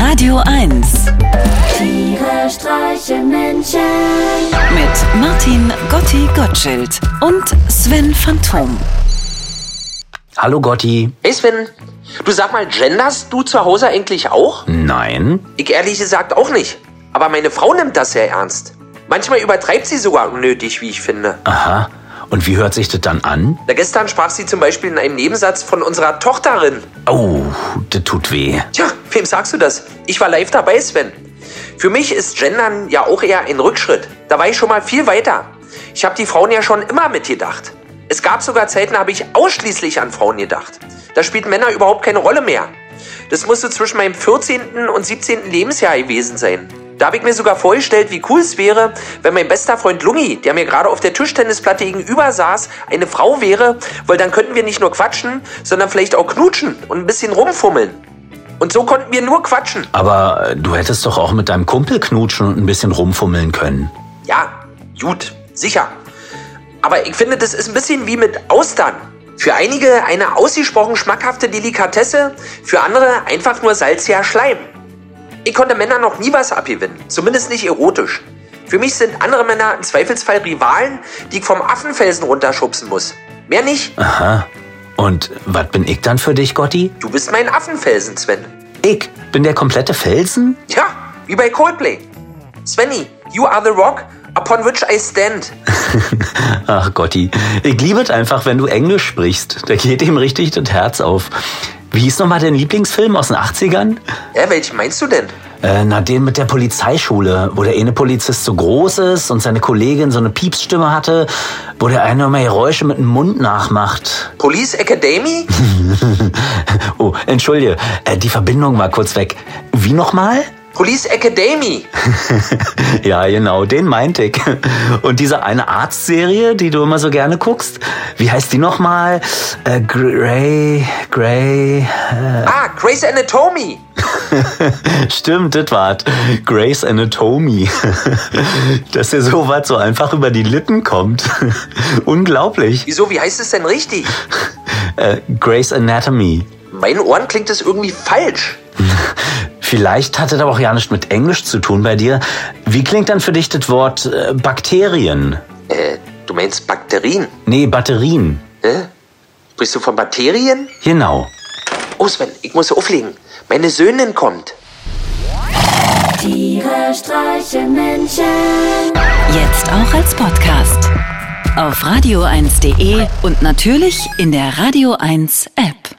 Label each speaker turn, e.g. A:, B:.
A: Radio 1
B: Tiere streichen Menschen.
A: mit Martin Gotti Gottschild und Sven Phantom.
C: Hallo Gotti.
D: Hey Sven, du sag mal, genders du zu Hause eigentlich auch?
C: Nein?
D: Ich ehrlich gesagt auch nicht. Aber meine Frau nimmt das sehr ernst. Manchmal übertreibt sie sogar unnötig, wie ich finde.
C: Aha. Und wie hört sich das dann an?
D: Na, gestern sprach sie zum Beispiel in einem Nebensatz von unserer Tochterin.
C: Oh, das tut weh.
D: Tja, wem sagst du das? Ich war live dabei, Sven. Für mich ist Gendern ja auch eher ein Rückschritt. Da war ich schon mal viel weiter. Ich habe die Frauen ja schon immer mitgedacht. Es gab sogar Zeiten, da habe ich ausschließlich an Frauen gedacht. Da spielten Männer überhaupt keine Rolle mehr. Das musste zwischen meinem 14. und 17. Lebensjahr gewesen sein. Da habe ich mir sogar vorgestellt, wie cool es wäre, wenn mein bester Freund Lungi, der mir gerade auf der Tischtennisplatte gegenüber saß, eine Frau wäre, weil dann könnten wir nicht nur quatschen, sondern vielleicht auch knutschen und ein bisschen rumfummeln. Und so konnten wir nur quatschen.
C: Aber äh, du hättest doch auch mit deinem Kumpel knutschen und ein bisschen rumfummeln können.
D: Ja, gut, sicher. Aber ich finde, das ist ein bisschen wie mit Austern. Für einige eine ausgesprochen schmackhafte Delikatesse, für andere einfach nur salziger Schleim. Ich konnte Männern noch nie was abgewinnen, zumindest nicht erotisch. Für mich sind andere Männer im Zweifelsfall Rivalen, die ich vom Affenfelsen runterschubsen muss. Mehr nicht.
C: Aha. Und was bin ich dann für dich, Gotti?
D: Du bist mein Affenfelsen, Sven.
C: Ich bin der komplette Felsen?
D: Tja, wie bei Coldplay. Svenny, you are the rock upon which I stand.
C: Ach Gotti, ich liebe es einfach, wenn du Englisch sprichst. Da geht ihm richtig das Herz auf. Wie hieß nochmal dein Lieblingsfilm aus den 80ern?
D: Ja, welchen meinst du denn?
C: Äh, na, den mit der Polizeischule, wo der eine Polizist so groß ist und seine Kollegin so eine Piepsstimme hatte, wo der eine immer Geräusche mit dem Mund nachmacht.
D: Police Academy?
C: oh, entschuldige, äh, die Verbindung war kurz weg. Wie nochmal?
D: Police Academy.
C: ja, genau, den meinte ich. Und diese eine Arztserie, die du immer so gerne guckst, wie heißt die nochmal? Äh, Grey, Grey,
D: Ah, Grey's Anatomy.
C: Stimmt, das war's. Grace Anatomy. Dass dir sowas so einfach über die Lippen kommt. Unglaublich.
D: Wieso, wie heißt es denn richtig?
C: Äh, Grace Anatomy.
D: Meinen Ohren klingt es irgendwie falsch.
C: Vielleicht hat das aber auch ja nicht mit Englisch zu tun bei dir. Wie klingt dann für dich das Wort äh, Bakterien?
D: Äh, du meinst Bakterien,
C: Nee, Batterien.
D: ne? Sprichst du von Bakterien?
C: Genau.
D: Oh, Sven, ich muss auflegen. Meine Söhnin kommt.
B: Tiere streichen Menschen.
A: Jetzt auch als Podcast. Auf radio1.de und natürlich in der Radio 1 App.